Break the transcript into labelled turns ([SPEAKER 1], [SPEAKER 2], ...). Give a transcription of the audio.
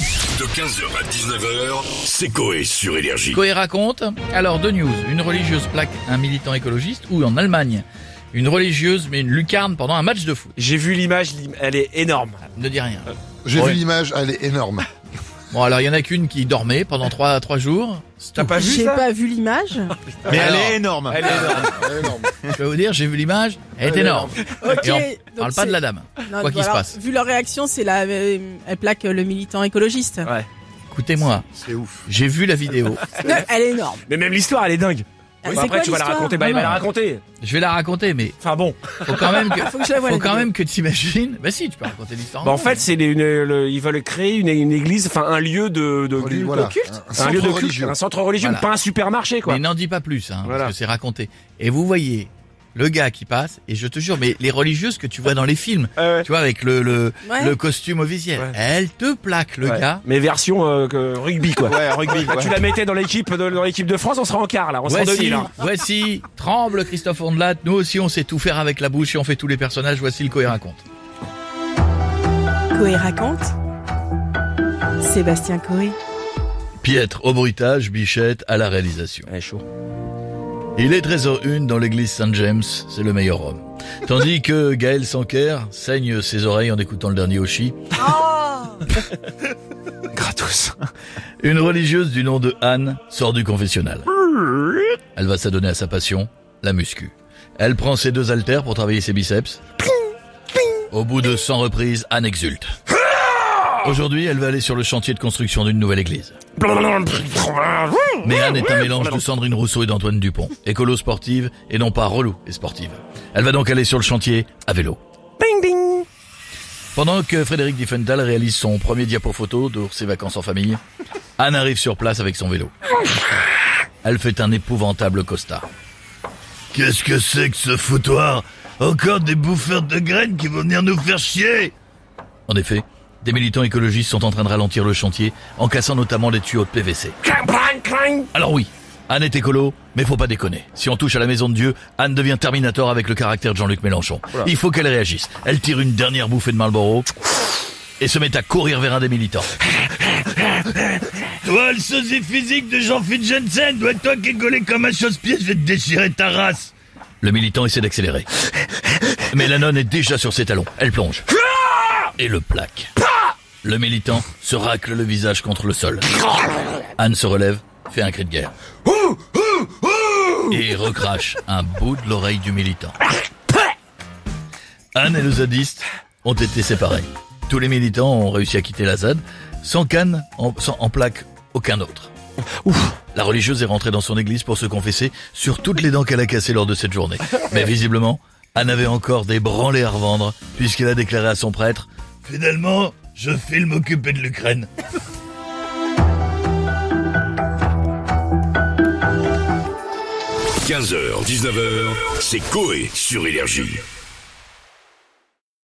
[SPEAKER 1] De 15h à 19h, c'est Coé sur Énergie.
[SPEAKER 2] Coé raconte. Alors, deux news. Une religieuse plaque un militant écologiste ou en Allemagne. Une religieuse met une lucarne pendant un match de foot. Ah,
[SPEAKER 3] J'ai vu l'image, l'im- elle est énorme.
[SPEAKER 2] Ne dis rien.
[SPEAKER 4] J'ai
[SPEAKER 2] Ouais.
[SPEAKER 4] vu l'image, elle est énorme.
[SPEAKER 2] Bon, alors, il y en a qu'une qui dormait pendant trois, trois jours.
[SPEAKER 3] T'as pas vu
[SPEAKER 5] J'ai
[SPEAKER 3] ça
[SPEAKER 5] pas vu l'image.
[SPEAKER 2] Mais
[SPEAKER 6] énorme.
[SPEAKER 3] Elle est énorme.
[SPEAKER 4] Elle est énorme.
[SPEAKER 2] Je vais vous dire, j'ai vu l'image. Elle est
[SPEAKER 4] Elle est
[SPEAKER 2] énorme.
[SPEAKER 5] Ok.
[SPEAKER 2] Et on
[SPEAKER 5] donc
[SPEAKER 2] parle pas
[SPEAKER 5] c'est-
[SPEAKER 2] de la dame.
[SPEAKER 5] Non,
[SPEAKER 2] quoi qu'il se
[SPEAKER 5] alors,
[SPEAKER 2] passe.
[SPEAKER 5] Vu leur réaction, c'est la, euh, elle plaque euh, le militant écologiste.
[SPEAKER 2] Écoutez-moi.
[SPEAKER 4] C'est ouf.
[SPEAKER 2] J'ai vu la vidéo.
[SPEAKER 5] Non, elle est énorme.
[SPEAKER 3] Mais même l'histoire, elle est dingue.
[SPEAKER 5] Ah,
[SPEAKER 3] Bah
[SPEAKER 5] c'est
[SPEAKER 3] après,
[SPEAKER 5] quoi
[SPEAKER 3] tu vas la
[SPEAKER 5] l'histoire Ah
[SPEAKER 3] raconter. Bah, il
[SPEAKER 2] Non,
[SPEAKER 3] va
[SPEAKER 2] non.
[SPEAKER 3] la raconter.
[SPEAKER 2] Je vais la raconter, mais
[SPEAKER 3] Enfin bon.
[SPEAKER 2] faut quand même que,
[SPEAKER 5] Faut que je la voie.
[SPEAKER 2] faut
[SPEAKER 5] la
[SPEAKER 2] quand
[SPEAKER 5] vidéo.
[SPEAKER 2] même que t'imagines. Bah si, tu peux raconter l'histoire.
[SPEAKER 5] Ah.
[SPEAKER 3] Bah, en fait, c'est les- une- le- ils veulent créer une, une église, enfin un lieu de, de
[SPEAKER 4] Relis-
[SPEAKER 3] culte.
[SPEAKER 4] voilà.
[SPEAKER 3] Culte
[SPEAKER 4] Un
[SPEAKER 3] Un,
[SPEAKER 4] centre
[SPEAKER 3] lieu de culte,
[SPEAKER 4] religieux.
[SPEAKER 3] un centre religieux,
[SPEAKER 2] Voilà.
[SPEAKER 3] pas un supermarché quoi.
[SPEAKER 2] Mais n'en dis pas plus, hein,
[SPEAKER 3] Voilà.
[SPEAKER 2] parce que c'est raconté. Et vous voyez le gars qui passe, et je te jure, mais les religieuses que tu vois dans les films,
[SPEAKER 3] Ouais, ouais.
[SPEAKER 2] tu vois, avec le, le,
[SPEAKER 5] Ouais.
[SPEAKER 2] le costume officiel,
[SPEAKER 3] Ouais.
[SPEAKER 2] elle te plaque, le
[SPEAKER 3] Ouais.
[SPEAKER 2] gars.
[SPEAKER 3] Mais version euh, que- rugby quoi.
[SPEAKER 6] Ouais, rugby.
[SPEAKER 3] Bah, Tu la mettais dans l'équipe de, dans l'équipe de France, on sera en quart là, on sera en
[SPEAKER 2] Voici,
[SPEAKER 3] demi là.
[SPEAKER 2] voici, tremble Christophe Ondelat, nous aussi on sait tout faire avec la bouche et on fait tous les personnages, voici le Coé raconte.
[SPEAKER 5] Coé raconte. Sébastien Coé.
[SPEAKER 2] Pietre au bruitage, Bichette à la réalisation.
[SPEAKER 3] Ouais, chaud.
[SPEAKER 2] Il est trésor une dans l'église Saint James, c'est le meilleur homme. Tandis que Gaël Sanquer saigne ses oreilles en écoutant le dernier Oshi.
[SPEAKER 3] Gratos.
[SPEAKER 2] Une religieuse du nom de Anne sort du confessionnal. Elle va s'adonner à sa passion, la muscu. Elle prend ses deux haltères pour travailler ses biceps. Au bout de 100 reprises, Anne exulte. Aujourd'hui, elle va aller sur le chantier de construction d'une nouvelle église. Mais Anne est un mélange de Sandrine Rousseau et d'Antoine Dupont, écolo sportive et non pas relou et sportive. Elle va donc aller sur le chantier à vélo.
[SPEAKER 3] Bing bing.
[SPEAKER 2] Pendant que Frédéric Diffenthal réalise son premier diapo photo de ses vacances en famille, Anne arrive sur place avec son vélo. Elle fait un épouvantable costard. Qu'est-ce que c'est que ce foutoir Encore des bouffeurs de graines qui vont venir nous faire chier En effet, des militants écologistes sont en train de ralentir le chantier en cassant notamment les tuyaux de PVC.
[SPEAKER 3] Clang, clang, clang.
[SPEAKER 2] Alors oui, Anne est écolo, mais faut pas déconner. Si on touche à la maison de Dieu, Anne devient Terminator avec le caractère de Jean-Luc Mélenchon. Il faut qu'elle réagisse. Elle tire une dernière bouffée de Marlboro et se met à courir vers un des militants. Toi, le sosie physique de Jean-Philippe Jensen, doit toi qui collé comme un chausse-pied, je vais te déchirer ta race. Le militant essaie d'accélérer. Mais la nonne est déjà sur ses talons. Elle plonge. Et le plaque. Le militant se racle le visage contre le sol. Anne se relève, fait un cri de guerre. Et recrache un bout de l'oreille du militant. Anne et le zadiste ont été séparés. Tous les militants ont réussi à quitter la ZAD, sans canne, en, sans, en plaque, aucun autre. La religieuse est rentrée dans son église pour se confesser sur toutes les dents qu'elle a cassées lors de cette journée. Mais visiblement, Anne avait encore des branlées à revendre, puisqu'elle a déclaré à son prêtre « Finalement, je file m'occuper de l'Ukraine ».
[SPEAKER 1] heures, 19h, c'est Coé sur Énergie.